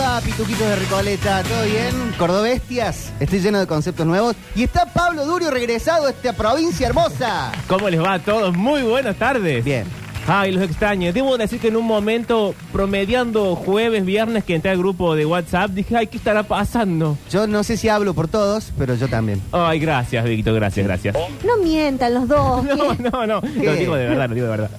va, Pituquitos de Recoleta? ¿Todo bien? Cordobestias, estoy lleno de conceptos nuevos. Y está Pablo Durio regresado a esta provincia hermosa. ¿Cómo les va a todos? Muy buenas tardes. Bien. Ay, los extraño. Debo decir que en un momento, promediando jueves, viernes, que entré al grupo de WhatsApp, dije, ay, ¿qué estará pasando? Yo no sé si hablo por todos, pero yo también. Ay, gracias, Víctor, gracias, gracias. No mientan los dos. No, no, no, lo digo de verdad, lo digo de verdad.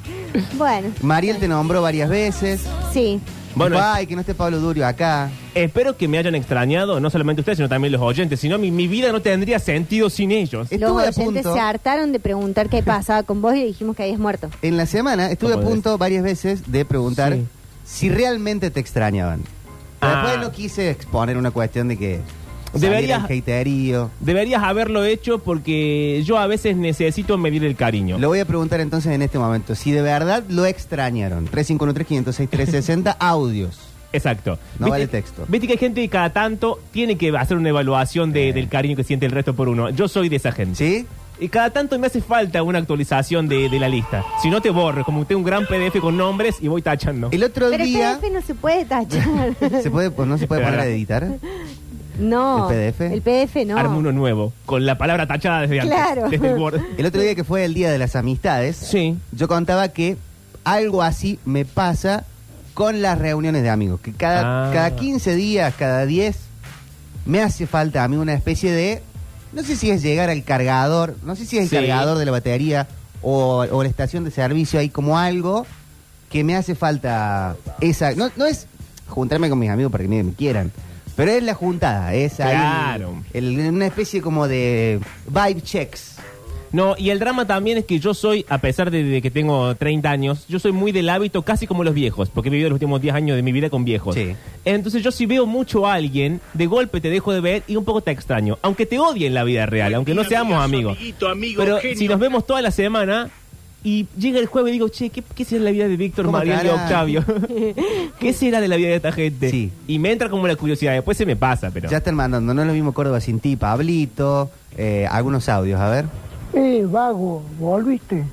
Bueno, Mariel te nombró varias veces. sí. Bueno, Ay, que no esté Pablo Durio acá. espero que me hayan extrañado, no solamente ustedes, sino también los oyentes, sino mi, mi vida no tendría sentido sin ellos. Estuve los a oyentes punto. se hartaron de preguntar qué pasaba con vos y dijimos que habías muerto. En la semana estuve a ¿Cómo punto varias veces de preguntar Sí. si realmente te extrañaban. Pero Ah. Después no quise exponer una cuestión de que saliera Deberías- el haterío. Deberías haberlo hecho porque yo a veces necesito medir el cariño. Lo voy a preguntar entonces en este momento. Si de verdad lo extrañaron. 3513-506-360, audios. Exacto. No vale texto. Viste que hay gente que cada tanto tiene que hacer una evaluación de- Eh. del cariño que siente el resto por uno. Yo soy de esa gente. ¿Sí? Y cada tanto me hace falta una actualización de, de la lista. Si no te borro, como tengo un gran PDF con nombres y voy tachando. El otro Pero el día... PDF no se puede tachar. ¿Se puede, pues, ¿No se puede Es poner a verdad. editar? no. ¿El PDF? El PDF no. Armo uno nuevo, con la palabra tachada desde antes. Claro. Desde el Word. El otro día que fue el Día de las Amistades, Sí. yo contaba que algo así me pasa con las reuniones de amigos. Que cada, Ah. cada 15 días, cada 10, me hace falta a mí una especie de... No sé si es llegar al cargador, no sé si es el Sí. cargador de la batería o, o la estación de servicio, hay como algo que me hace falta esa... No, no es juntarme con mis amigos para que me, me quieran, pero es la juntada, es ahí Claro. el- una especie como de vibe checks. No, y el drama también es que yo soy, a pesar de, de que tengo 30 años, yo soy muy del hábito casi como los viejos, porque he vivido los últimos 10 años de mi vida con viejos. Sí. Entonces yo si veo mucho a alguien, de golpe te dejo de ver y un poco te extraño. Aunque te odie en la vida real, aunque no seamos amigos. Pero si nos vemos toda la semana y llega el jueves y digo, che, ¿qué, qué será la vida de Víctor, ¿Cómo Mariel y estará? Octavio? ¿Qué será de la vida de esta gente? Sí. Y me entra como la curiosidad, después se me pasa, pero... Ya están mandando, no es lo mismo Córdoba sin ti, Pablito, eh, algunos audios, a ver. Eh, vago, volviste.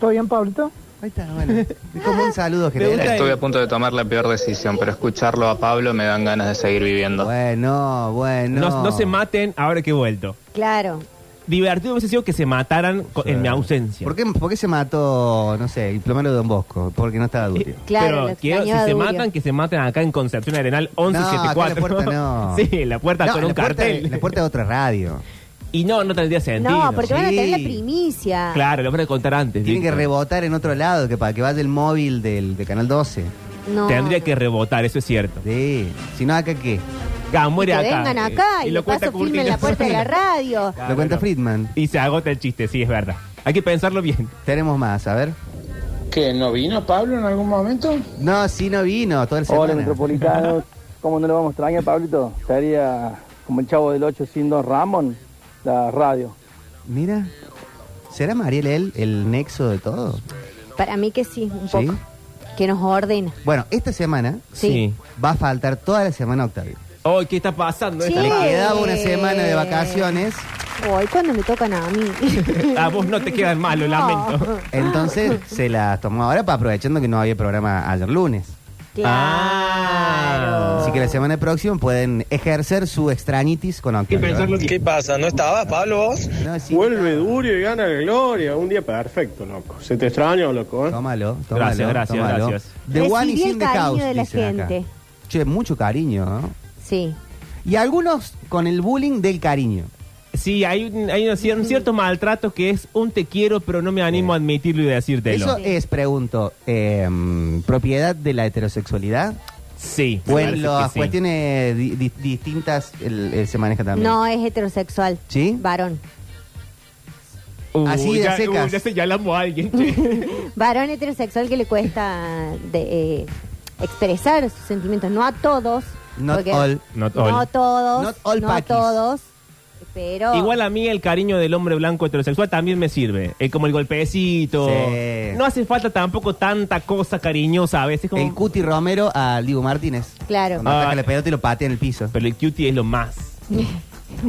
¿Todo bien, Pablito? Ahí está, bueno. Es como un saludo gusta general. el- Estuve a punto de tomar la peor decisión, pero escucharlo a Pablo me dan ganas de seguir viviendo. Bueno, bueno. no, no se maten ahora que he vuelto. Claro. Divertido hubiese sido que se mataran co- en mi ausencia. Eh, ¿Por qué, por qué se mató, no sé, el plomero de Don Bosco? Porque no Eh, estaba Durio. Claro, lo Pero quiero, si extrañaba se Durio. matan, que se maten acá en Concepción Arenal acá 1174. en la puerta no. sí, en la puerta No, con en un la puerta cartel. de- en la puerta de otra radio. Y no, no tendría sentido. No, porque van a tener la Sí. primicia. Claro, lo van a contar antes. Tiene que Víctor. rebotar en otro lado, que para que vaya el móvil del, de Canal 12. No. Tendría que rebotar, eso es cierto. Sí. Si no, acá qué. Ya, muere que acá. vengan acá Eh, y, lo cuenta paso firme en Curtino. la puerta de la radio. Ah, lo cuenta bueno. Friedman. Y se agota el chiste, sí, es verdad. Hay que pensarlo bien. Tenemos más, a ver. ¿Que no vino Pablo en algún momento? No, si no vino, todo el Hola, semana. metropolitanos. ¿Cómo no lo vamos a extrañar, Pablito? Estaría como el chavo del 8 sin Don Ramón, la radio. Mira. ¿Será Mariel el, el nexo de todo? Para mí que sí, un ¿Sí? poco. Que nos ordena. Bueno, esta semana Sí. va a faltar toda la semana Octavio. Hoy, ¿qué está pasando? Sí. Le Esta- quedaba una semana de vacaciones, Hoy cuando me tocan a mí. A vos no te quedan mal, lo No. lamento. entonces se las tomó ahora para aprovechando que no había programa ayer lunes. Claro. Ah. Así que la semana próxima pueden ejercer su extrañitis con Octavio. ¿Qué pasa? ¿No estabas, Pablo, vos? No, sí, Vuelve Durio y gana la gloria. Un día perfecto, loco. Se te extraña, loco, ¿eh? Tómalo, tómalo. Gracias, gracias, tómalo. gracias. The One is Recibí in el the cariño house, de la dicen acá. gente. Che, mucho cariño, ¿no? Sí. Y algunos con el bullying del cariño. Sí, hay, un- hay un- cier- ciertos maltratos que es un te quiero, pero no me animo a admitirlo y decírtelo. Eso es, pregunto, em, propiedad de la heterosexualidad. Sí. me O parece en las que sí. cuestiones di- di- distintas el- el se maneja también. No, es heterosexual. ¿Sí? Varón. Uh, así de ya, secas. uh, ya señalamos a alguien. che. Varón heterosexual que le cuesta de, eh, expresar sus sentimientos. No a todos. Not porque- all. Not all. No todos. Not all no paquis. todos. Pero. Igual a mí el cariño del hombre blanco heterosexual también me sirve. Eh, como el golpecito. Sí. No hace falta tampoco tanta cosa cariñosa a veces. Como... El Cuti Romero a Diego Martínez. Claro. Cuando Ah. ataca la pelota y lo patea en el piso. Pero el cutie es lo más.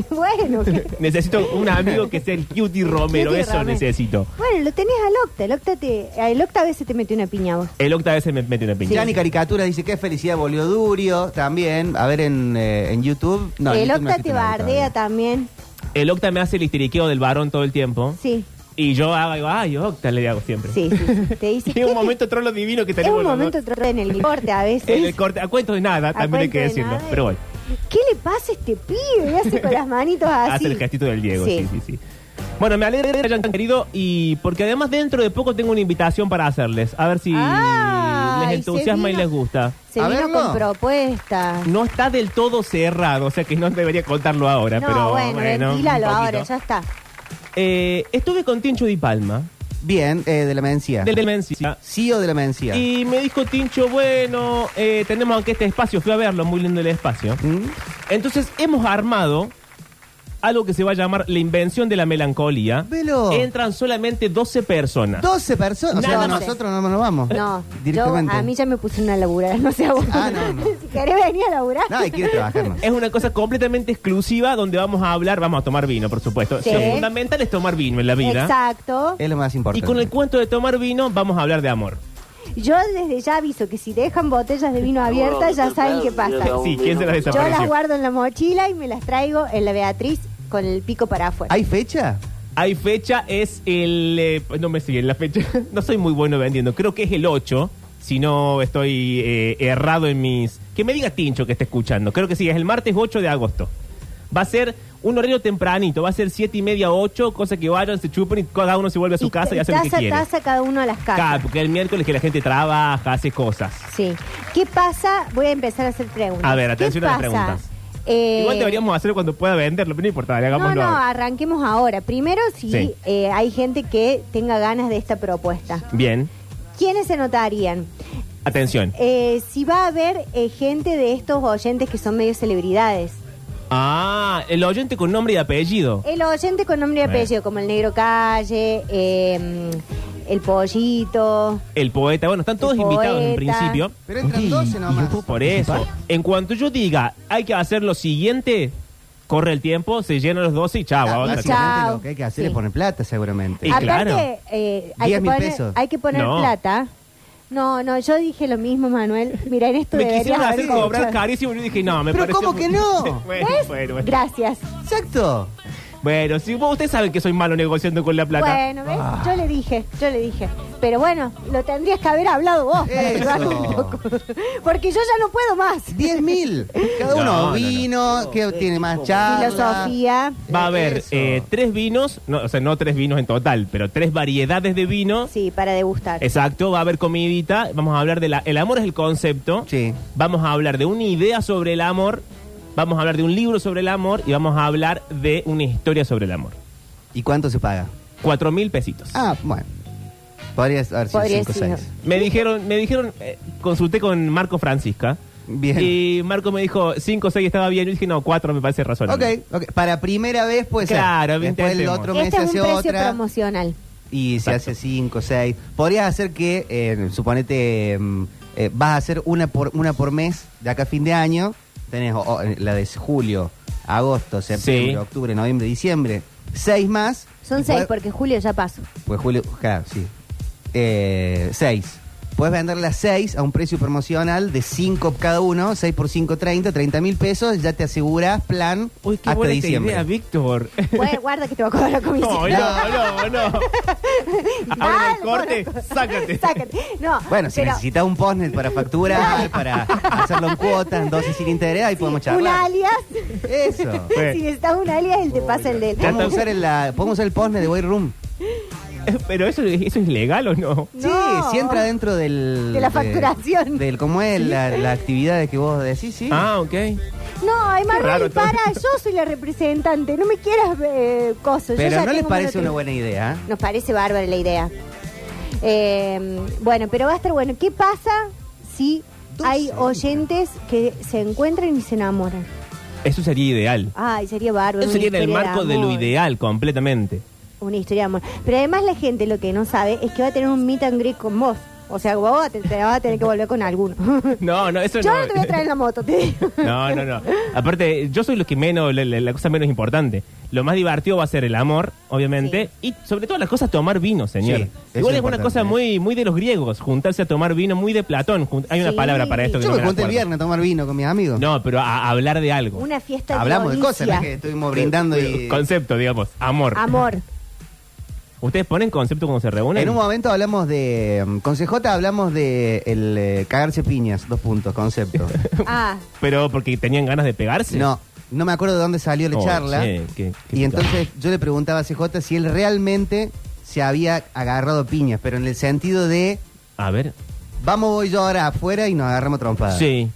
bueno, ¿qué? Necesito un amigo que sea el Cutie Romero, Cutie eso Romero. necesito. Bueno, lo tenés al Octa. El Octa, te, el Octa a veces te metió una piña a vos. El octa vez se me mete una piña. Tirani Caricatura dice qué felicidad volvió Durio también. A ver en, eh, en YouTube. No, en el YouTube no Octa existe nadie te bardea todavía. también. El octa me hace el histeriqueo del varón todo el tiempo. Sí, Y yo hago, digo, ay, octa le hago siempre. sí, sí. Te Y dice es ¿qué un te- momento trolo divino que Es tenemos. un los dos. momento otro en el corte a veces. En el corte, a cuento de nada, A también hay que cuento de decirlo. nada. Pero bueno, ¿Qué le pasa a este pibe? Y hace con las manitos así. hace el gestito del Diego, sí. Ah, Sí. sí, sí, Bueno, me alegra que hayan querido y porque además dentro de poco tengo una invitación para hacerles. A ver si Ay, les se entusiasma y vino- les gusta. Se A vino verlo. con propuestas. No está del todo cerrado, o sea que no debería contarlo ahora, No, Eh, pero bueno, un ventílalo poquito. ahora, ya está. Eh, estuve con Tincho Di Palma, Bien, eh, de la mencía. del Demencia, Sí E o de la mencía. y me dijo Tincho, bueno, eh, tenemos aquí este espacio, fui a verlo, muy lindo el espacio. ¿Mm? Entonces hemos armado algo que se va a llamar la invención de la melancolía. Velo. Entran solamente 12 personas. 12 personas. O sea, Nada más. nosotros no nos vamos. No, yo, Directamente. a mí ya me puse una laburada, no sé a vos. Ah, no, no. si querés venir a laburar. No, y quiere trabajar más. Es una cosa completamente exclusiva donde vamos a hablar, vamos a tomar vino, por supuesto. Sí. Lo fundamental es tomar vino en la vida. Exacto. Es lo más Y importante. con el cuento de tomar vino vamos a hablar de amor. Yo desde ya aviso que si dejan botellas de vino abiertas ya saben qué pasa. Sí, ¿quién se las Yo las desapareció? guardo en la mochila y me las traigo en la Beatriz con el pico para afuera. ¿Hay fecha? Hay fecha, es el... eh, no me siguen la fecha. no soy muy bueno vendiendo. Creo que es el 8, si no estoy eh, errado en mis... Que me diga Tincho que está escuchando. Creo que sí, es el martes 8 de agosto. Va a ser un horario tempranito, va a ser 7 y media, 8, cosa que vayan, se chupen y cada uno se vuelve a su casa y hace lo que taza quiere. taza cada uno a las Claro, casas. porque el miércoles que la gente trabaja, hace cosas. Sí. ¿Qué pasa? Voy a empezar a hacer preguntas. A ver, atención ¿Qué a las pasa? preguntas. Eh, Igual deberíamos hacerlo cuando pueda venderlo, pero no importa, dale, No, hagámoslo. no, ahora. arranquemos ahora. Primero, si Sí. eh, hay gente que tenga ganas de esta propuesta. Bien, ¿Quiénes se notarían? atención. Eh, si va a haber eh, gente de estos oyentes que son medio celebridades. Ah, el oyente con nombre y apellido. El oyente con nombre y Bueno. apellido, como el Negro Calle, eh, el Pollito. El poeta, bueno, están todos El invitados en poeta. principio. Pero entran 12 nomás. Por eso, en cuanto yo diga, hay que hacer lo siguiente, corre el tiempo, se llenan los 12 y chao, a Ah, otra básicamente cosa. Chao. lo que hay que hacer Sí. es poner plata, seguramente. Y Aparte, claro. eh, hay, 10.000 que poner, pesos. hay que poner No. plata. No, no, yo dije lo mismo, Manuel. Mira, en esto Me deberías quisieron hacer haber cobrar escuchado. carísimo y yo dije, no, me Pero parece ¿cómo muy- que no? bueno, ¿Ves? bueno, bueno. Gracias. Exacto. Bueno, si vos- ustedes saben que soy malo negociando con la plata. Bueno, ¿ves? Ah. Yo le dije, yo le dije. Pero bueno, lo tendrías que haber hablado vos para Eso. ayudarme un poco. Porque yo ya no puedo más. 10 mil. Cada No, uno no, no. vino, que tiene más charla. Filosofía. Va a haber Eso. eh, tres vinos, no, o sea, no tres vinos en total, pero tres variedades de vino. Sí, para degustar. Exacto, va a haber comidita. Vamos a hablar de la. El amor es el concepto. Sí. Vamos a hablar de una idea sobre el amor. Vamos a hablar de un libro sobre el amor. Y vamos a hablar de una historia sobre el amor. ¿Y cuánto se paga? Cuatro mil pesitos. Ah, bueno. Podría haber sido Podría 5 o ser. 6. Me dijeron, me dijeron, eh, consulté con Marco Francisca. Bien. Y Marco me dijo, cinco o seis estaba bien. Yo dije, no, cuatro me parece Ok, razonable. ok. Para primera vez puede ser. Claro, Después el intentemos. otro mes Este se es un hace precio otra. promocional. Y se Exacto. hace 5, 6. Podrías hacer que, eh, suponete, mm, eh, vas a hacer una por, una por mes de acá a fin de año. Tenés o- o, eh, la de julio, agosto, septiembre, Sí. octubre, noviembre, diciembre. Seis más. Son Y seis, podés- porque Julio ya pasó. Pues julio, claro, sí. Eh, seis. Puedes venderla seis a un precio promocional de 5 cada uno, 6 por 5, 30, 30 mil pesos, ya te aseguras plan Uy, qué hasta buena esta diciembre. idea, Víctor. Bueno, Guarda que te va a cobrar la comisión. No, no, no, no. Ahora en el corte, sácate. Sácate. No, Bueno, si pero necesitas un postnet para facturar, para hacerlo en cuotas, en dosis sin interés, ahí podemos un charlar. alias. Eso. Sí. si necesitas un alias, él te pasa el de él. Podemos usar el, la- podemos usar el postnet de Boy Room. Pero eso, eso es legal o no? No. Sí, si entra dentro del... De la facturación. del, ¿Cómo es? La, la actividad de que vos decís, sí. Ah, ok. No, ay, raro Manuel, todo. para, yo soy la representante. No me quieras eh, coso. yo Pero ya ¿no les tengo parece una monotribu- buena idea? ¿eh? Nos parece bárbara la idea. Eh, bueno, pero va a estar bueno. ¿Qué pasa si Doce. hay oyentes que se encuentran y se enamoran? Eso sería ideal. Ay, sería bárbaro. Eso una sería en el historia marco de lo amor. ideal, completamente. Una historia de amor. Pero además la gente lo que no sabe es que va a tener un meet and greet con vos. O sea, vos te, te vas a tener que volver con alguno. No, no, eso Yo no. no te voy a traer la moto, te digo. No, no, no. Aparte, yo soy los que menos, la, la- la cosa menos importante. Lo más divertido va a ser el amor, obviamente. Y sobre todas las cosas, tomar vino, señor. Sí, eso es Igual es una importante, cosa ¿eh? muy, muy de los griegos, juntarse a tomar vino, muy de Platón. Jun- Hay una Sí. palabra para esto que Yo no me la junté el acuerdo. viernes a tomar vino con mis amigos. No, pero a, a hablar de algo. Una fiesta Hablamos de cosas, Dionisia. ¿no? Que estuvimos brindando y... Concepto, digamos. Amor. Amor. ¿Ustedes ponen concepto cuando se reúnen? En un momento hablamos de... mm, Con CJ hablamos de el eh, cagarse piñas, dos puntos, concepto. Ah, Pero porque tenían ganas de pegarse. No, no me acuerdo de dónde salió la Oh, charla. sí, qué- qué y puta. entonces yo le preguntaba a CJ si él realmente se había agarrado piñas, pero en el sentido de... A ver. Vamos, voy yo ahora afuera y nos agarramos trompadas. Sí,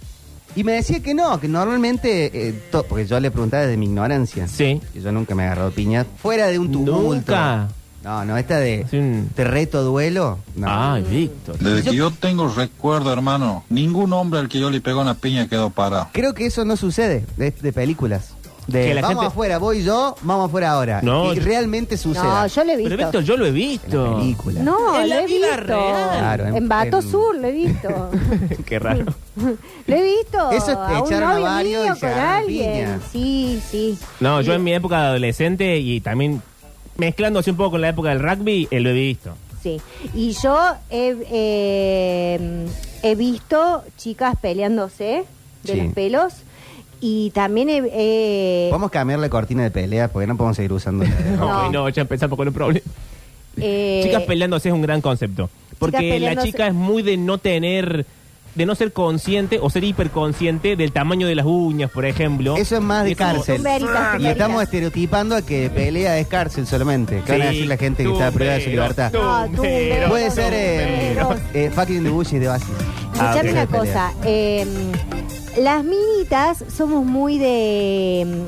Y me decía que no, que normalmente, eh, to- porque yo le preguntaba desde mi ignorancia. Sí. Que yo nunca me he agarrado piñas. Fuera de un tumulto. Nunca. No, no, esta de. Sí, un- Te reto duelo. No. Ay, Víctor. Desde Pues Yo- que yo tengo recuerdo, hermano, ningún hombre al que yo le pego una piña quedó parado. Creo que eso no sucede de, de películas. De, Que la vamos gente- afuera, voy yo, vamos afuera ahora. No, y yo- realmente sucede. no, yo lo he Pero visto. Víctor, yo lo he En la visto. película. No, En lo la he vida visto. real. Claro, en- en, Bato en- Sur lo he visto. Qué raro. lo he visto. Eso es a un echaron a novio varios y mío se con agarraron alguien. piña. Sí, sí. No, yo Y- en mi época de adolescente y también mezclándose un poco con la época del rugby, eh, lo he visto. Sí. Y yo he, eh, he visto chicas peleándose de Sí. los pelos. Y también he. he- Podemos cambiar la cortina de pelea porque no podemos seguir usando la de- No. Ok, no, ya empezamos con un problema. eh, Chicas peleándose es un gran concepto. Porque la peleándose- chica es muy de no tener, de no ser consciente o ser hiperconsciente del tamaño de las uñas, por ejemplo. Eso es más Y de como- cárcel. Veritas, Y veritas. estamos estereotipando a que pelea es cárcel solamente. ¿Qué van a Sí, decir la gente que está privada de su tumbero, libertad? No, tú, tumbero, Puede ser eh, tumbero. eh, fucking the Bushes de Ah, Basis. Ah, Escuchame una cosa. eh, las minitas somos muy de. em,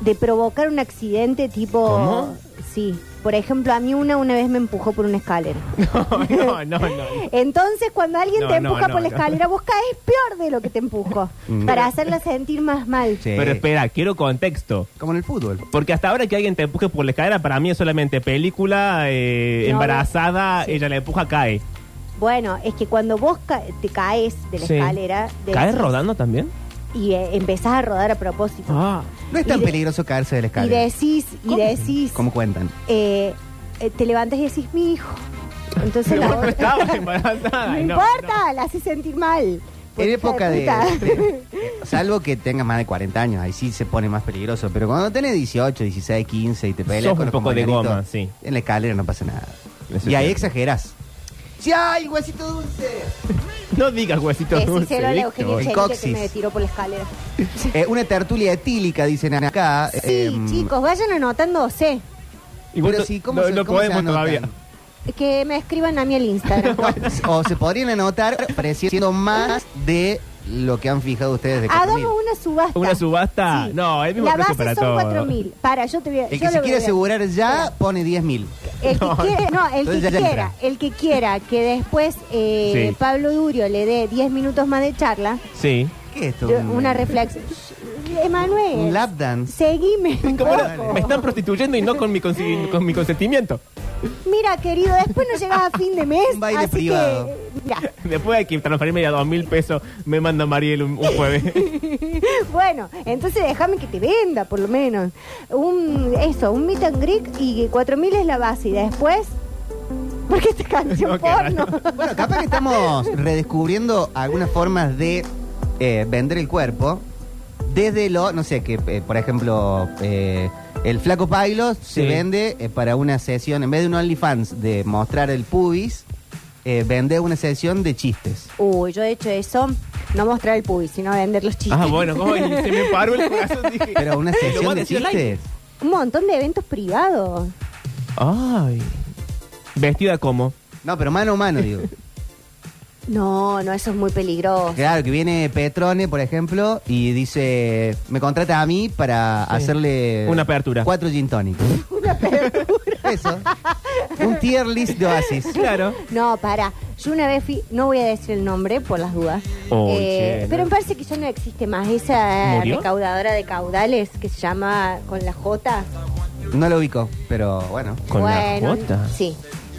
de provocar un accidente tipo. ¿Cómo? Sí. Por ejemplo, a mí una una vez me empujó por una escalera. No, no, no. no. Entonces, cuando alguien No, te no, empuja no, por la no. escalera, vos caes peor de lo que te empujó. Mm. para hacerla sentir más mal. Sí. Pero espera, quiero contexto. Como en el fútbol. Porque hasta ahora que alguien te empuje por la escalera, para mí es solamente película, eh, No, embarazada, ella la empuja, cae. Bueno, es que cuando vos ca- te caes de la Sí. escalera. de- ¿Caes rodando Ah, también? Y eh, empezás a rodar a propósito. No es tan Y de- peligroso caerse de la Y escalera. decís, y decís. Como cuentan. eh, eh, te levantas y decís, mi hijo. Entonces Pero la vos no otra- estabas embarazada. no, Ay, no, importa, la haces sentir mal. Pues, En Hija época de, puta. de- eh, Salvo que tengas más de 40 años, ahí sí se pone más peligroso. Pero cuando tenés 18, 16, 15 y te peleas Sos con un los poco de compañeritos, goma, sí. En la escalera no pasa nada. Eso y ahí sí. exageras. ¡Sí, ay, huesito dulce! No, No digas huesito dulce. Decíselo a la Víctor. Eugenia El Echenique que coxis. me tiró por la escalera. Eh, una tertulia etílica, dicen acá. Sí, eh, chicos, vayan anotándose. Igual Pero to- sí, ¿cómo no, se- no cómo se podemos anotan? todavía. Que me escriban a mí al Instagram. O se podrían anotar pareciendo más de lo que han fijado ustedes de Carmil. Hagamos Ah, una subasta. ¿Una subasta? No, el mismo La precio para base son todo. 4.000. Para, yo te voy a... El yo que lo se voy quiere a- asegurar ya pone 10.000. El que quiere- no, el que Entonces ya entra. quiera, el que quiera que después eh, Sí. Pablo Durio le dé 10 minutos más de charla, Sí. ¿Qué es esto? yo- Un- una reflexión. Emanuel, Un lap dance. seguime un ¿Cómo era? poco. Me están prostituyendo y no con mi, consi- con mi consentimiento. Mira, querido, después no llegas a fin de mes, Un baile así privado. que eh, mira. Después de que transferirme ya dos mil pesos, me manda Mariel un, un jueves. Bueno, entonces déjame que te venda, por lo menos. Un, eso, un meet and greet y 4000 es la base. Y después, ¿por qué esta canción No, qué porno? Bueno, capaz que estamos redescubriendo algunas formas de eh, vender el cuerpo. Desde lo, no sé, que eh, por ejemplo, eh, el flaco pailo se Sí. vende eh, para una sesión, en vez de un OnlyFans de mostrar el pubis, eh, vende una sesión de chistes. Uy, yo he hecho eso, no mostrar el pubis, sino vender los chistes. ah, bueno, ay, se me paró el corazón. Dije, Pero una ¿lo voy a sesión de decir al aire? chistes. Un montón de eventos privados. Ay. ¿Vestida como? No, pero mano a mano, digo. No, no, eso es muy peligroso. Claro, que viene Petrone, por ejemplo, y dice, me contrata a mí para hacerle... Una apertura. Cuatro gin tonic. Una apertura. Eso. Un tier list de Oasis. Claro. No, para. Yo una vez fui, no voy a decir el nombre por las dudas, Eh, Oh, che, no. pero me parece que ya no existe más esa ¿Murió? recaudadora de caudales que se llama con la J. No lo ubico, pero bueno. ¿Con la Bueno, J? Sí.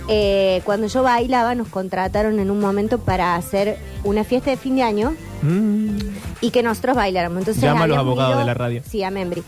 eh, cuando yo bailaba nos contrataron en un momento para hacer una fiesta de fin de año Mm. y que nosotros bailáramos. Entonces, Llama a los habíamos abogados ido- de la radio. Sí, a Membri.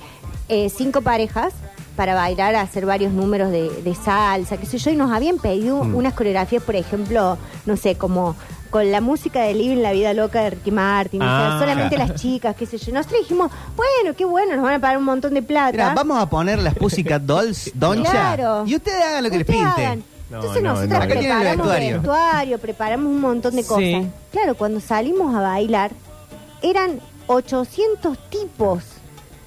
Eh, cinco parejas para bailar, hacer varios números de, de salsa, qué sé yo, y nos habían pedido Mm. unas coreografías, por ejemplo, no sé, como con la música de Living la Vida Loca de Ricky Martin, o sea, Ah. solamente las chicas, qué sé yo. Nosotros dijimos, bueno, qué bueno, nos van a pagar un montón de plata. Mira, vamos a poner las Pussycat Dolls, Doncha. Claro. Y ustedes hagan lo que les Ustedes pinte. hagan. No, Entonces no, nosotras no, no. Acá tienen el preparamos vestuario. vestuario. preparamos un montón de Sí. cosas. Claro, cuando salimos a bailar, eran 800 tipos.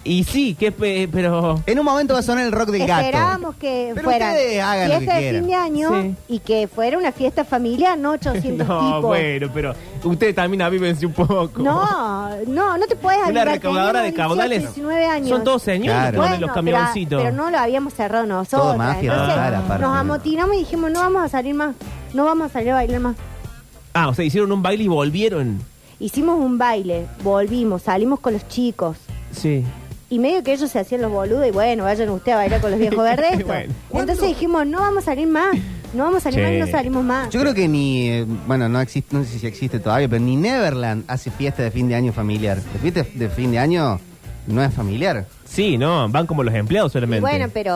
Y sí, que pe- pero. En un momento va a sonar el rock del gato. Esperábamos que Pero fuera ustedes hagan lo que fiesta de quieran. fin de año Sí. y que fuera una fiesta familiar, no 800 No, tipos. bueno, pero ustedes también avívense un poco. No, no, no te puedes Una ayudar. recaudadora de caudales. 19 años. Son todos señores Claro. que ponen Bueno, los pero- camioncitos. Pero, no lo habíamos cerrado nosotros. Todo mafia Entonces, total, aparte. nos amotinamos y dijimos, no vamos a salir más, no vamos a salir a bailar más. Ah, o sea, hicieron un baile y volvieron. Hicimos un baile, volvimos, salimos con los chicos. Sí. Y medio que ellos se hacían los boludos y bueno, vayan ustedes a bailar con los viejos verdes. Bueno. Entonces dijimos, no vamos a salir más, no vamos a salir Che. más, no salimos más. Yo creo que ni, eh, bueno, no existe, no sé si existe todavía, pero ni Neverland hace fiesta de fin de año familiar. La fiesta de fin de año no es familiar. Sí, no, van como los empleados Y solamente. bueno, pero...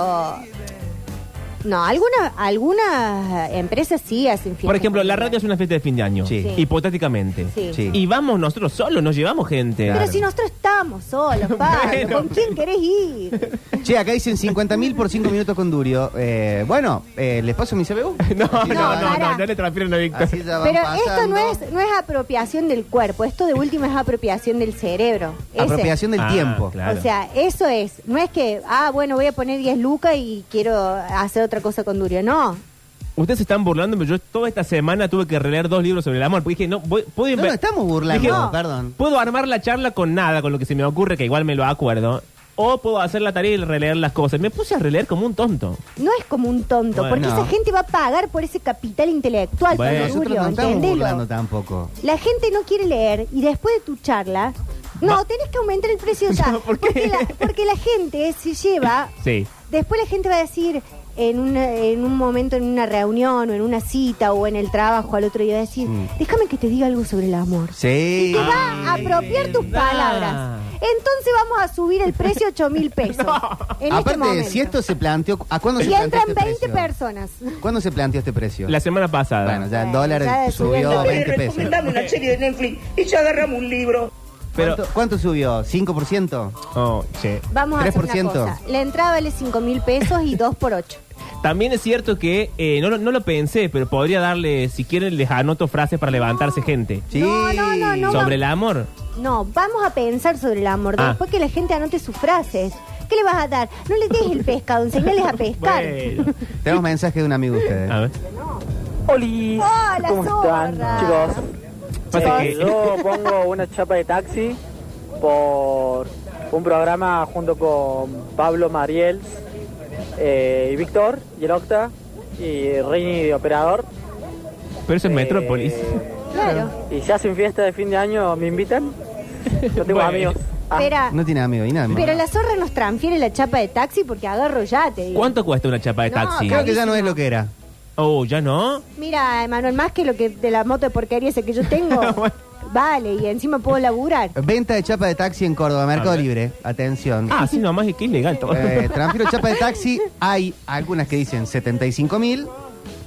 No, algunas algunas empresas sí hacen fiestas. Por ejemplo, la radio familiares. es una fiesta de fin de año. Sí. Sí. Hipotéticamente. Sí. Sí. Y vamos nosotros solos, nos llevamos gente. Pero Claro. si nosotros estamos solos, Pablo, Bueno, ¿con quién querés ir? Che, acá dicen 50.000 por 5 minutos con Durio. Eh, bueno, eh, ¿les paso mi CBU? No, no, Así ya no, van- no, pará. no, le transfieren a Víctor. así ya van Pero esto no pasando. es, no es apropiación del cuerpo, esto de última es apropiación del cerebro. Ese. Apropiación del Ah, tiempo. claro. O sea, eso es. No es que, ah, bueno, voy a poner 10 lucas y quiero hacer otra cosa con Durio. No. Ustedes se están burlando, pero yo toda esta semana tuve que releer dos libros sobre el amor. Porque dije, no, voy- puedo No, inver- no estamos burlando, Dije, no. perdón. Puedo armar la charla con nada, con lo que se me ocurre, que igual me lo acuerdo. O puedo hacer la tarea y releer las cosas. Me puse a releer como un tonto. No es como un tonto, Bueno. porque No. esa gente va a pagar por ese capital intelectual Bueno. con Nosotros Durio, no estamos ¿entendelo? burlando tampoco. La gente no quiere leer y después de tu charla, no, Va- tenés que aumentar el precio ya. No, ¿por qué? Porque, la, porque la gente se lleva Sí. Después la gente va a decir en, una- en un momento, en una reunión o en una cita o en el trabajo al otro día, va a decir, déjame que te diga algo sobre el amor. Sí. Y te va a Ay, apropiar tus verdad. palabras. Entonces vamos a subir el precio a 8 mil pesos. En este Aparte, momento. si esto se planteó, ¿a cuándo se y planteó entran este 20 precio? personas. ¿Cuándo se planteó este precio? La semana pasada. Bueno, ya el Bueno, dólar ya subió el subió dólar. 20 pesos. una serie de Netflix y ya agarramos un libro. pero. ¿Cuánto, cuánto subió? ¿5%? Oh, che. Vamos a hacer una 3%. cosa. La entrada vale 5 mil pesos y 2 por 8. También es cierto que eh, no, lo- no lo pensé, pero podría darle, si quieren, les anoto frases para levantarse gente. Sí. No, no, no, no. Sobre va- el amor. No, vamos a pensar sobre el amor. Ah. Después que la gente anote sus frases. ¿Qué le vas a dar? No le des el pescado, enseñales a pescar. Bueno. Tenemos mensaje de un amigo de ustedes. A ver. ¡Oli! Hola, ¿Cómo zorra. están, chicos? Pasa Eh, que- yo pongo una chapa de taxi por un programa junto con Pablo Mariel eh, y Víctor y el Octa y Rini de operador. Pero eso es Eh, Metrópolis. Eh. Claro. Y si hacen fiesta de fin de año, ¿me invitan? No tengo Bueno. amigos. Ah, Espera, No tiene amigo y nada más. pero la zorra nos transfiere la chapa de taxi porque agarro ya, te digo. ¿Cuánto cuesta una chapa de No, taxi? Creo que ya no es lo que era. Oh, ¿ya no? Mira, Emanuel, más que lo que de la moto de porquería ese que yo tengo, vale, y encima puedo laburar. Venta de chapa de taxi en Córdoba, Mercado A ver. Libre. Atención. Ah, sí, nomás es que es ilegal todo. Eh, transfiero chapa de taxi. Hay algunas que dicen 75 mil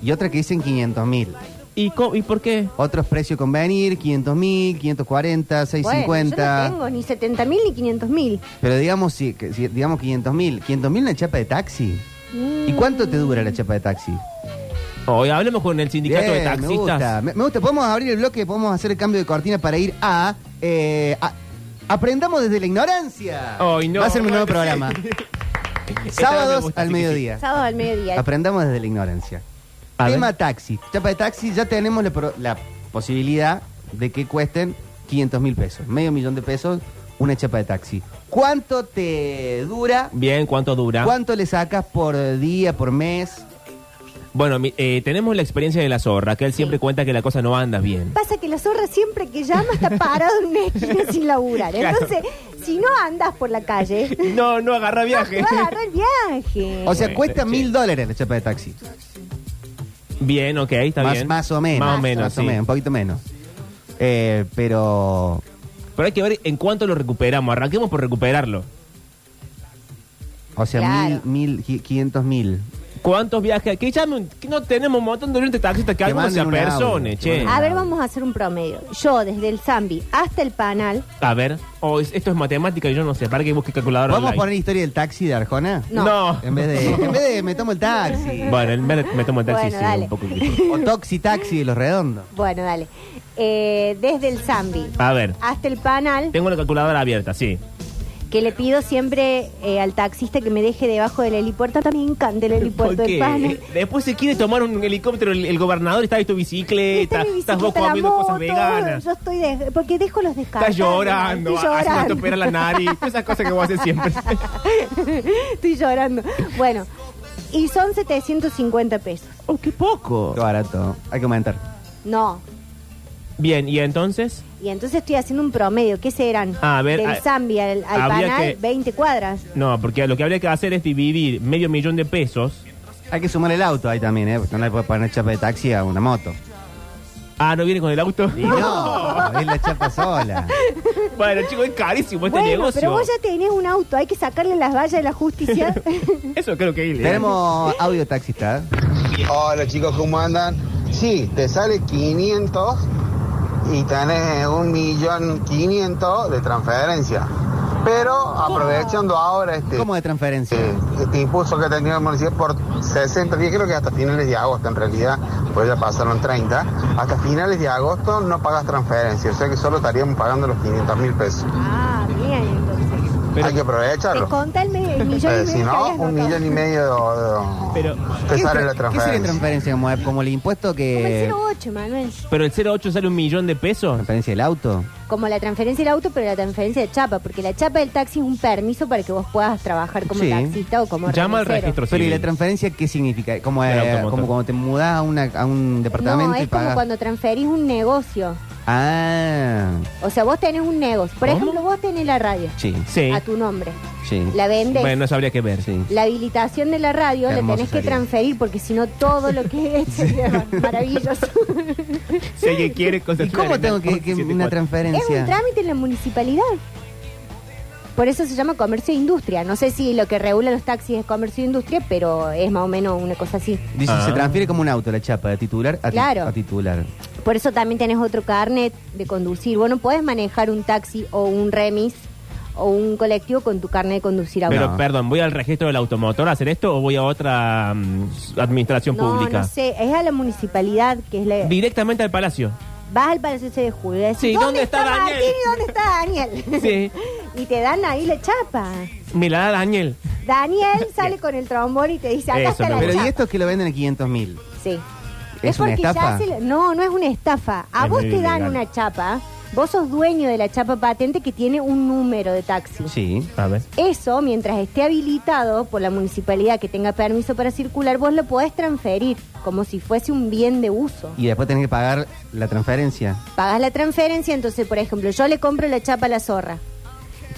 y otras que dicen 500 mil. ¿Y, co- ¿Y por qué? Otros precios convenir, 500 mil, 540, Bueno, yo 650. no tengo ni 70 mil ni 500 mil. Pero digamos, si, que si- digamos 500 mil. 500 mil una chapa de taxi. Mm. ¿Y cuánto te dura la chapa de taxi? Hoy hablemos con el sindicato de Bien, taxistas. Me gusta, me, me gusta. Podemos abrir el bloque, podemos hacer el cambio de cortina para ir a. eh, a- aprendamos desde la ignorancia. Ay, no, Va a ser un bueno, nuevo sí. programa. Esta me Sábados gusta, al sí, sí, sí. mediodía. Sábado al mediodía. Aprendamos desde la ignorancia. A Tema ver. taxi. Chapa de taxi, ya tenemos la, pro- la posibilidad de que cuesten 500 mil pesos, medio millón de pesos, una chapa de taxi. ¿Cuánto te dura? Bien, ¿cuánto dura? ¿Cuánto le sacas por día, por mes? Bueno, mi- eh, tenemos la experiencia de la zorra, que él siempre cuenta que la cosa no anda bien. Pasa que la zorra siempre que llama está parado en una esquina sin laburar. Claro. Entonces, si no andas por la calle, No, no agarra te va a agarrar el viaje. O sea, Bueno, cuesta sí. mil dólares la chapa de taxi. Bien, ok, está más, bien. más o menos. Más o menos, sí. un poquito menos. Eh, pero Pero hay que ver en cuánto lo recuperamos. Arranquemos por recuperarlo. O sea, Claro. mil, mil, qui- quinientos mil. ¿Cuántos viajes? Que llame un- que no tenemos un montón de oyentes taxistas Que que algo se manden un audio, apersone, que che. manden- A ver, vamos a hacer un promedio. Yo, desde el Zambi hasta el Panal, A ver, o es- esto es matemática y yo no sé, para que busque calculadora. ¿Podemos online. poner historia del taxi de Arjona? No. No. En vez de, en vez de me tomo el taxi. Bueno, el- me, me tomo el taxi Bueno, sí, dale. un poco. O Toxi Taxi de los redondos. bueno, dale. Eh, desde el Zambi A ver, hasta el Panal, tengo la calculadora abierta, sí. que le pido siempre eh, al taxista que me deje debajo del helipuerto. También me encanta el helipuerto Porque del Panal. Eh, después se quiere tomar un helicóptero, el, el gobernador está en tu bicicleta, Está mi Eh, estás vos bicicleta, la comiendo moto, cosas veganas. Yo estoy de- porque dejo los descartados. Estás llorando, Estoy haciendo llorando. operar la nariz, todas esas cosas que vos haces siempre. Estoy llorando. Bueno, y son 750 pesos. ¡Oh, qué poco! Qué barato. Hay que aumentar. No. Bien, ¿y entonces? Y entonces estoy haciendo un promedio. ¿Qué serán? A ver, Del a- Zambi al, al habría Panal, que- 20 cuadras. No, porque lo que habría que hacer es dividir medio millón de pesos. Hay que sumar el auto ahí también, ¿eh? Porque no le puedes poner chapa de taxi a una moto. Ah, ¿no viene con el auto? Y no, es la chapa sola. bueno, chicos, es carísimo este bueno, negocio. pero vos ya tenés un auto. Hay que sacarle las vallas de la justicia. Eso creo que es ilegal. Tenemos audio taxista. ¿eh? Hola chicos, ¿cómo andan? Sí, te sale 500 y tenés un millón 500 de transferencia. Pero aprovechando ahora este, ¿Cómo de transferencia? eh, este impulso que ha tenido el municipio por 60 días, creo que hasta finales de agosto en realidad, pues ya pasaron 30, hasta finales de agosto no pagas transferencia, o sea que solo estaríamos pagando los 500 mil pesos. ah, bien, entonces. Pero- Hay que Te aprovecharlo. conta el, me- el millón y Eh, medio. si que no, habías un notado. millón y medio eh, Pero, te ¿Qué sale tra- la ¿Qué sería transferencia. transferencia? ¿Como, como el impuesto Como el que... 08, Manuel. pero el 08 sale un millón de pesos. ¿Transferencia del auto? Como la transferencia del auto, pero la transferencia de chapa. Porque la chapa del taxi es un permiso para que vos puedas trabajar como Sí. taxista o como Llama al remisero. registro Pero ¿y civil. la transferencia qué significa? Como, Del eh, automotor. como cuando te mudás a, una- a un departamento No, y es como pagas. cuando transferís un negocio. Ah, O sea, vos tenés un negocio. Por ¿Cómo? ejemplo, vos tenés la radio sí, Sí. a tu nombre. sí. La vendes. Bueno, eso habría que ver. Sí. La habilitación de la radio Qué la hermoso tenés que sería. transferir porque si no todo lo que es sería maravilloso. Si alguien quiere cosas ¿Y cómo tengo que, que una es un transferencia? trámite en la municipalidad. Por eso se llama comercio e industria. No sé si lo que regula los taxis es comercio e industria, pero es más o menos una cosa así. Dice, Ah. se transfiere como un auto la chapa, de titular a, ti- Claro. a titular. Por eso también tenés otro carnet de conducir. Vos no podés manejar un taxi o un remis o un colectivo con tu carnet de conducir auto. Pero No. perdón, ¿voy al registro del automotor a hacer esto o voy a otra mm, administración no, pública? no sé, es a la municipalidad que es la... Directamente al palacio. Vas al Palacio de Julio y decís, Sí, ¿dónde está Daniel? Martín y dónde está Daniel? Sí. Y te dan ahí la chapa. Me la da Daniel. Daniel sale con el trombón y te dice, acá Eso está me la gusta. Pero chapa. ¿y estos que lo venden a 500 mil? Sí. ¿Es una porque ya estafa? se le- No, no es una estafa. A Es vos medio te dan ilegal. una chapa, vos sos dueño de la chapa patente que tiene un número de taxi. Sí. A ver. Eso, mientras esté habilitado por la municipalidad que tenga permiso para circular, vos lo podés transferir como si fuese un bien de uso. Y después tenés que pagar la transferencia. Pagas la transferencia, entonces, por ejemplo, yo le compro la chapa a la zorra.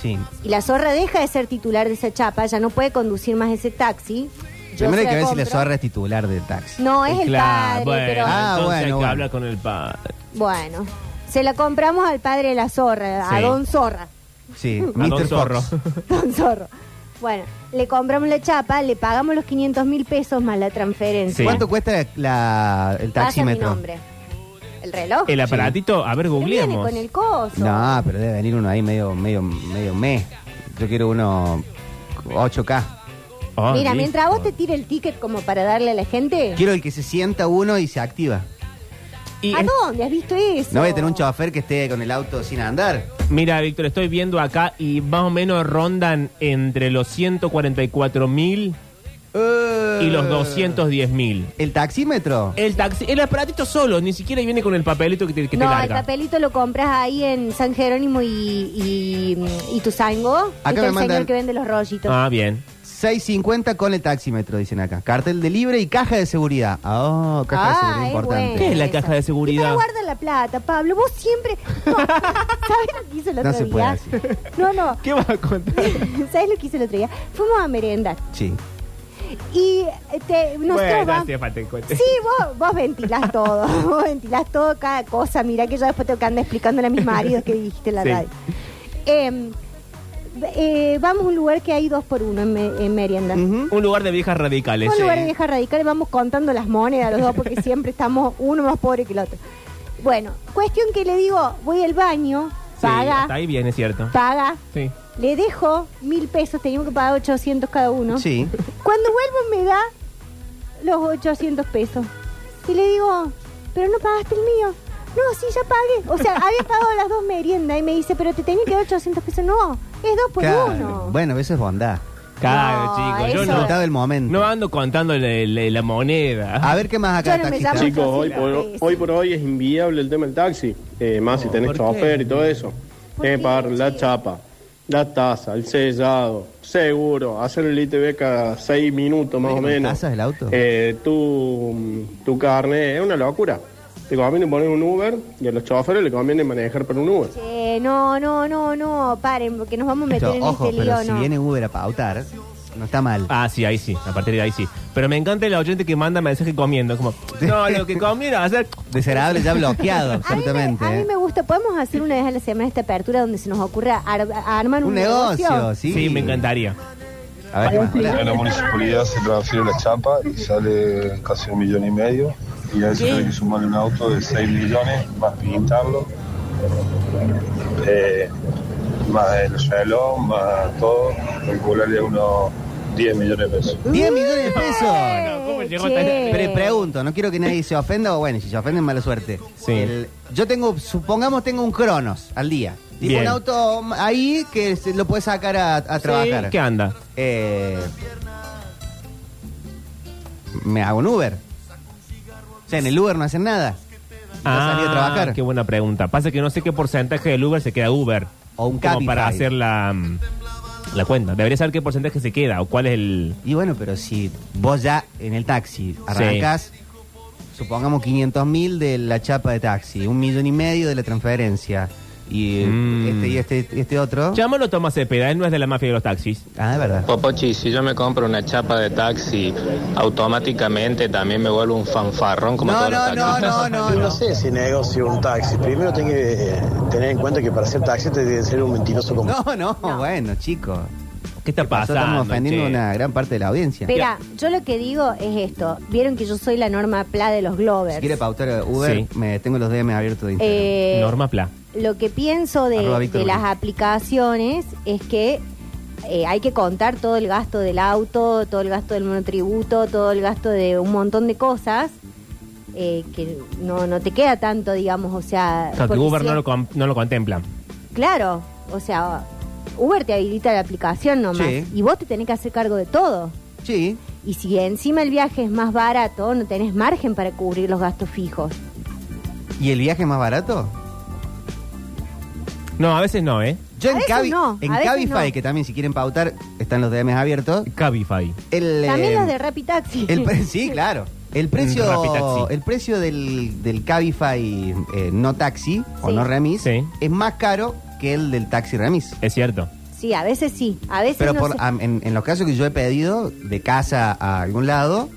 Sí. Y la zorra deja de ser titular de esa chapa, ya no puede conducir más ese taxi. Yo Primero hay se que ver si la compro. zorra es titular del taxi. No, es el Eh, Claro, padre, bueno, pero Ah, entonces bueno, hay que bueno. hablar con el padre. bueno. Se la compramos al padre de la zorra, a Sí. Don Zorra. Sí, A don Mr. Zorro. Fox. Don Zorro. Bueno, le compramos la chapa, le pagamos los 500 mil pesos más la transferencia. Sí. ¿Cuánto cuesta la- el Pasa mi taxímetro? nombre. ¿El reloj? El aparatito, a ver, Que viene googleemos. con el coso. No, pero debe venir uno ahí medio, medio, medio mes. Yo quiero uno 8K. Ah, Mira, listo. mientras vos te tire el ticket como para darle a la gente, Quiero el que se sienta uno y se activa. Y ¿a es- dónde has visto eso? No voy a tener un chofer que esté con el auto sin andar. Mira, Víctor, estoy viendo acá y más o menos rondan entre los 144 mil y los 210 mil. Eh, ¿El taxímetro? El taxi, el aparatito solo, ni siquiera viene con el papelito que te, que te no, el larga. papelito lo compras ahí en San Jerónimo y, y, y Tuzango. Acá Está me el mandan- señor que vende los rollitos. Ah, bien. 6.50 con el taxímetro, dicen acá. Cartel de libre y caja de seguridad. Ah, Oh, caja de Ah, seguridad es importante. ¿Qué es la Esa. caja de Y seguridad? para guarda la plata, Pablo. Vos siempre. No, ¿Sabes lo que hizo el No otro se puede día? así. No, no. ¿Qué vas a contar? ¿Sabes lo que hice el otro día? Fuimos a merendar. Sí. Y este, nosotros bueno, vamos- hacía falta el cohete. Sí, vos, vos ventilás todo, vos ventilás todo, cada cosa. Mirá que yo después tengo que andar explicándole a mis maridos que dijiste en la Sí. radio. Em, eh, vamos a un lugar que hay dos por uno en, me- en merienda. Ujú. Un lugar de viejas radicales. Vamos a un lugar de sí. viejas radicales, vamos contando las monedas los dos porque siempre estamos uno más pobre que el otro. Bueno, cuestión que le digo, voy al baño, Sí, hasta paga, ahí bien, es cierto. paga, Sí. le dejo mil pesos, teníamos que pagar 800 cada uno. Sí. Cuando vuelvo me da los 800 pesos. Y le digo, pero no pagaste el mío. No, sí, ya pagué. O sea, había pagado las dos meriendas y me dice, pero te tenía que dar 800 pesos. No, es dos por Claro. uno. Bueno, eso es bondad. Claro, No, chicos. Yo eso- no, Disfrutado el momento. no ando contando la, la- la moneda. A ver qué más acá, Yo no me taxista. llamo- Chicos, hoy Sí, por, sí. hoy por hoy es inviable el tema del taxi. Eh, más si tenés ¿por chofer qué? y todo eso. ¿Por Tienes qué, que pagar la chico? chapa, la tasa, el sellado, seguro, hacer el ITV cada seis minutos más o ¿Con menos. tasas el auto? Eh, tu, tu carne es una locura. Te conviene poner un Uber y a los choferes le conviene manejar por un Uber. Che, no, no, no, no, paren, porque nos vamos a meter Yo, en ojo, este lío, pero si ¿no? viene Uber a pautar, no está mal. Ah, sí, ahí sí. A partir de ahí sí. Pero me encanta el oyente que manda mensaje comiendo. Como, no, lo que comiera hacer. Desagradable ya bloqueado, A mí, me, absolutamente. a mí ¿eh? me gusta, podemos hacer una vez a la semana esta apertura donde se nos ocurra ar- armar un, Un negocio, sí. Sí, me encantaría. A ver, ¿qué más? A la municipalidad se transfiere la chapa y sale casi un millón y medio. Y a eso hay que sumarle un auto de 6 millones, más pintarlo, eh, más el suelo, más todo, calcularle unos 10 millones de pesos. 10 millones de pesos. No, ¿cómo llegó Che. tan arriba? Pre- pregunto, no quiero que nadie se ofenda o bueno, si se ofenden, mala suerte. Sí. El- yo tengo, supongamos tengo un Cronos al día. Digo, Bien. un auto mm, ahí que se lo puedes sacar a, a trabajar. Sí, ¿Qué anda? Eh, me hago un Uber. O sea, en el Uber no hacen nada. No salí a trabajar. Ah, Qué buena pregunta. Pasa que no sé qué porcentaje del Uber se queda Uber. O un Como Cabify. para hacer la, mm, la cuenta. Debería saber qué porcentaje se queda o cuál es el. Y bueno, pero si vos ya en el taxi arrancás, supongamos 500 mil de la chapa de taxi, un millón y medio de la transferencia y Mm. este y este y este otro. Llámalo Tomás Cepeda, él no es de la mafia de los taxis. Ah, es verdad. Popochi, si yo me compro una chapa de taxi, automáticamente también me vuelvo un fanfarrón como No, todos no, los no, taxistas. no, no, No no. sé si negocio un taxi. Primero tengo que eh, tener en cuenta que para ser taxi te debe ser un mentiroso como. No, no, bueno, chicos. ¿Qué está Pasó, pasando? estamos ofendiendo che? una gran parte de la audiencia. Espera, yo lo que digo es esto. Vieron que yo soy la norma Pla de los Glovers. Si quiere pautar Uber, Sí. me tengo los DM abiertos de Instagram. Eh, Norma Pla. Lo que pienso de, Arroba Víctor de las Bruno. aplicaciones es que eh, hay que contar todo el gasto del auto, todo el gasto del monotributo, todo el gasto de un montón de cosas eh, que no, no te queda tanto, digamos, o sea... O sea, que porque Uber si no, es- lo con- no lo contempla. Claro, o sea, Uber te habilita la aplicación nomás Sí. y vos te tenés que hacer cargo de todo. Sí, Y si encima el viaje es más barato, no tenés margen para cubrir los gastos fijos. ¿y el viaje más barato? No, a veces no, ¿eh? Yo A en, veces Cabi- no, en a veces Cabify, no. que también si quieren pautar, están los DMs abiertos. Cabify. El, También eh, los de Rappi Taxi. El pre- sí, claro. El precio, Mm, Rappi Taxi. el precio del, del Cabify eh, no taxi o Sí. no remis Sí. es más caro que el del taxi remis. Es cierto. Sí, a veces sí, a veces Pero no por, sé. am- en, en los casos que yo he pedido de casa a algún lado,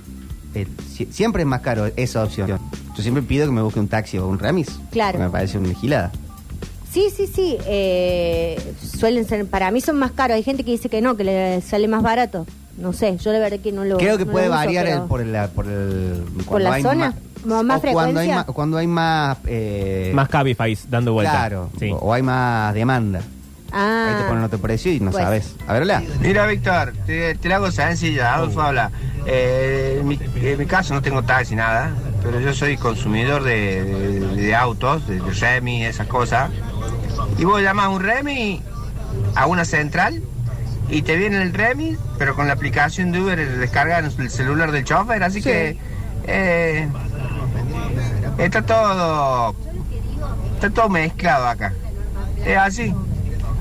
eh, si- siempre es más caro esa opción. Yo siempre pido que me busque un taxi o un remis. Claro. Me parece una gilada. Sí, sí, sí. eh, suelen ser, para mí son más caros. Hay gente que dice que no, que le sale más barato. No sé, yo la verdad que no lo. Creo que no lo puede uso, variar pero- el- por, la, por el. cuando la hay zona, Más, o más- más Cuando hay frecuencia. más. Cuando hay más, eh, Más Cabify dando vuelta. Claro. Sí. O, o hay más demanda. Ah. Ahí te ponen otro precio y no Pues. sabes. A ver, hola. Mira, Víctor, te, te la hago sencilla, Adolfo habla. Eh, en, mi, en mi caso no tengo taxi, nada, pero yo soy consumidor de, de- de autos, de, de remis, esas cosas. Y vos llamás a un remis a una central y te viene el remis, pero con la aplicación de Uber descargan el celular del chofer, así que eh, está todo está todo mezclado acá. Es así.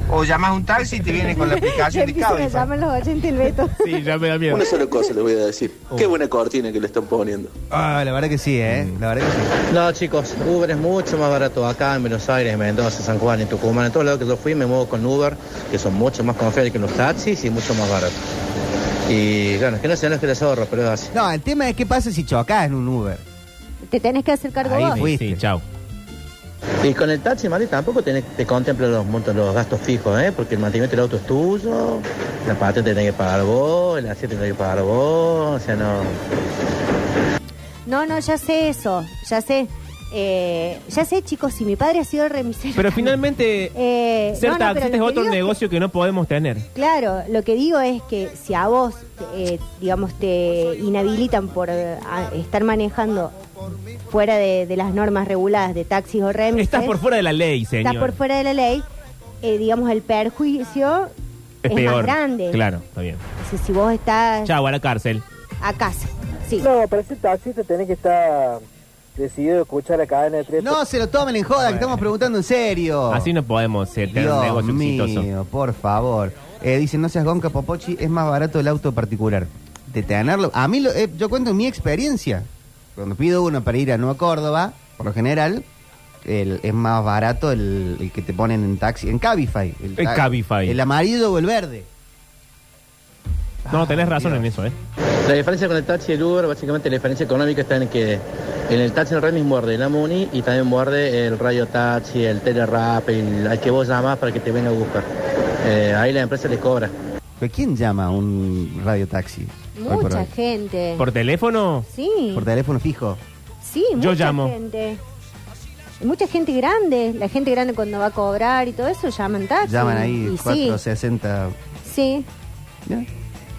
O llamás a un taxi y te viene con la Ya aplicación de empiezan a Cabify. llamar los oyentes el Beto. Sí, ya me da miedo. Una sola cosa les voy a decir. Qué buena cortina que le están poniendo. Ah, la verdad que sí, ¿eh? La verdad que sí. No, chicos, Uber es mucho más barato acá en Buenos Aires, en Mendoza, San Juan, en Tucumán, en todos lados que yo fui me muevo con Uber, que son mucho más confiables que los taxis y mucho más baratos. Y bueno, que no sean los que les ahorro, pero es así. No, el tema es qué pasa si chocas en un Uber. Te tenés que hacer cargo vos. Sí, chao. Y con el taxi, Mari, tampoco tenés- te contempla los montos, los gastos fijos, ¿eh? Porque el mantenimiento del auto es tuyo, la patente tenés que pagar vos, el aceite tenés que pagar vos, o sea, no... No, no, ya sé eso, ya sé. Eh, ya sé, chicos, si mi padre ha sido remisero. Pero finalmente, Eh, ser no, no, pero taxista lo es que otro digo es que- negocio que no podemos tener. Claro, lo que digo es que si a vos, eh, digamos, te inhabilitan por eh, a- estar manejando fuera de, de las normas reguladas de taxis o remises, Estás por fuera de la ley, señor. estás por fuera de la ley, eh, digamos, el perjuicio es, más grande. Claro, está bien. Si, si vos estás Chau, a la cárcel. a casa. Sí. No, para ser taxista tenés que estar decidido a escuchar la cadena de tres. No se lo tomen en joda, que estamos preguntando en serio. Así no podemos eh, tener un Oh. Dios negocio mío, exitoso. por favor. Eh, dicen, no seas gonca, Popochi, es más barato el auto particular. De tenerlo. A mí, lo- eh, yo cuento mi experiencia. Cuando pido uno para ir a Nueva Córdoba, por lo general, el- es más barato el, el que te ponen en taxi, en Cabify. El, En ta- Cabify. El amarillo o el verde. No, tenés razón en eso, ¿eh? La diferencia con el taxi y el Uber, básicamente la diferencia económica está en que en el taxi el remis muerde la Muni y también muerde el radio taxi, el telerap, el, al que vos llamás para que te venga a buscar. Eh, ahí la empresa les cobra. ¿Pero quién llama a un radiotaxi? hoy por Mucha hoy? gente. ¿Por teléfono? Sí. Por teléfono fijo. Sí, Yo mucha llamo. gente. Mucha gente grande, la gente grande cuando va a cobrar y todo eso llaman taxi. Llaman ahí Ah, Y sí, 460. sí. Bien.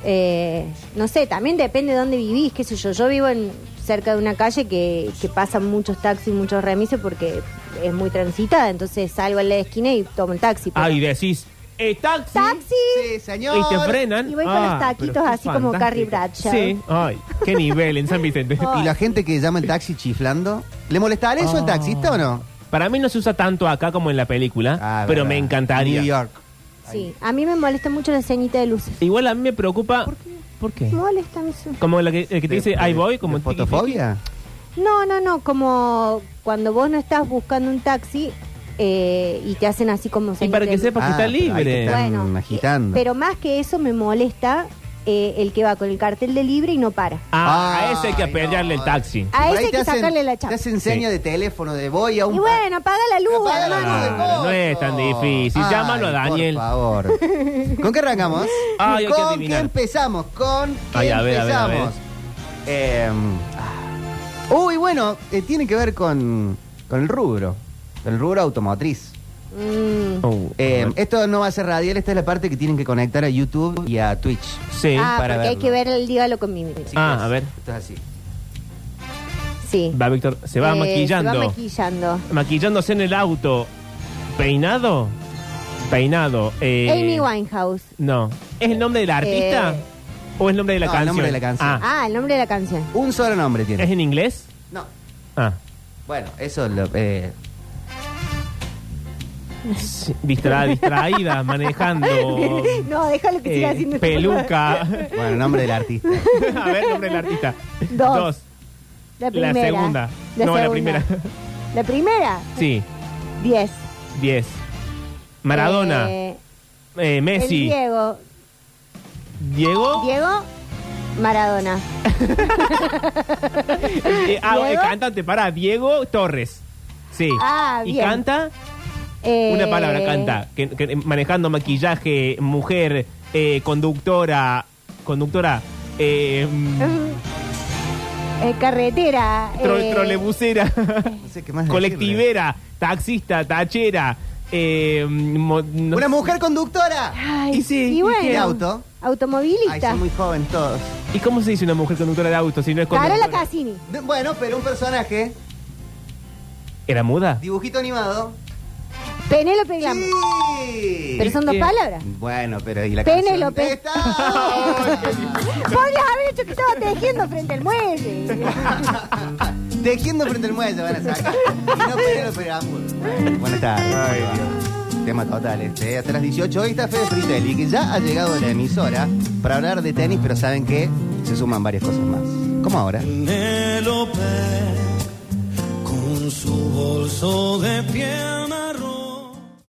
Eh, no sé, también depende de dónde vivís, qué sé yo. Yo vivo en, cerca de una calle que, que pasan muchos taxis, muchos remises porque es muy transitada, entonces salgo a la esquina y tomo el taxi. pero- Ah, y decís, eh, taxi. ¡Taxi! Sí, señor. Y te frenan. Y voy con Ah, los taquitos pero qué así como fantástico. Carrie Bradshaw. Sí, ay, qué nivel en San Vicente. Ay. Y la gente que llama el taxi chiflando, ¿le molestará eso al Ah. taxista o no? Para mí no se usa tanto acá como en la película, Ah, pero verdad. me encantaría. New York. Sí, a mí me molesta mucho la ceñita de luces. Igual a mí me preocupa. ¿Por qué? Me molesta eso. Como la que, el que te dice, ahí voy, como ¿De en tiki, tiki. fotofobia? No, no, no, como cuando vos no estás buscando un taxi eh, y te hacen así como... Y para que sepas que Ah, está pero ahí te libre. está. están Bueno, eh, agitando. Pero más que eso me molesta eh, el que va con el cartel de libre y no para. Ah, a ese hay que Ay, apellarle no. el taxi. A Por ese ahí hay te que hacen- sacarle la chapa. Te hacen seña de teléfono de voy a un... Y bueno, apaga la luz, Oh, Apaga la hermano. luz del Claro, no es tan coso. difícil. Llámalo a Daniel. Por favor. ¿Con qué arrancamos? Ay, hay que ¿Con qué adivinar. empezamos? ¿Con qué Ay, a ver, a ver, a empezamos? ver. Eh, ah. uy, bueno, eh, tiene que ver con, con el rubro. El rubro automotriz. Mm, Oh, Eh, a ver. esto no va a ser radial, esta es la parte que tienen que conectar a YouTube y a Twitch. sí. ah, porque para hay verlo. que ver el dígalo con mi... Ah, a ver. Esto es así. Sí. Va, Víctor, se va Eh, maquillando. Se va maquillando. Maquillándose en el auto. ¿Peinado? Peinado. eh, Amy Winehouse. No. ¿Es el nombre del artista? Eh. ¿O es el nombre de la No, el canción? nombre de la canción. Ah, Ah, el nombre de la canción. Un solo nombre tiene. ¿es en inglés? No, Ah. bueno, eso lo... eh, Sí, distra- distraída, manejando. no, déjalo que siga Oh. eh, haciendo esto. peluca. bueno, el nombre del artista. a ver, nombre del artista. Dos. La La primera. segunda. No, la primera. La primera, Sí, 10. 10. Maradona. Eh, eh, el Messi. Diego. Diego. Diego Maradona. Eh, ah, Diego. eh, cantante, para Diego Torres. Sí. Ah, y bien. canta Eh, una palabra, canta. Que, que- manejando maquillaje, mujer, eh, conductora. Conductora. Eh, mm, eh, carretera. tro- eh, Trolebusera. No sé qué más decirle. colectivera. Taxista. Tachera. eh, mo- no Una sé. mujer conductora. ay, Y sí, ¿y y bueno. qué? Auto. Ay, Automovilista. son muy jóvenes todos. ¿Y cómo se dice una mujer conductora de auto si no es conductora? Carola Cassini. De- Bueno, pero un personaje, ¿Era muda? dibujito animado. Penélope Glam. Sí. Pero son dos Eh, palabras. Bueno, pero y la Penélope. canción? ¡Está! Podrías haber hecho que estaba tejiendo frente al muelle. Tejiendo frente al muelle van a sacar. Y no Penélope Gambol. Bueno, Buenas tardes. Tema total este. Hasta las 18 hoy está Fede Fritelli, que ya ha llegado a la emisora para hablar de tenis, pero saben que se suman varias cosas más. Como ahora. Penélope con su bolso de piel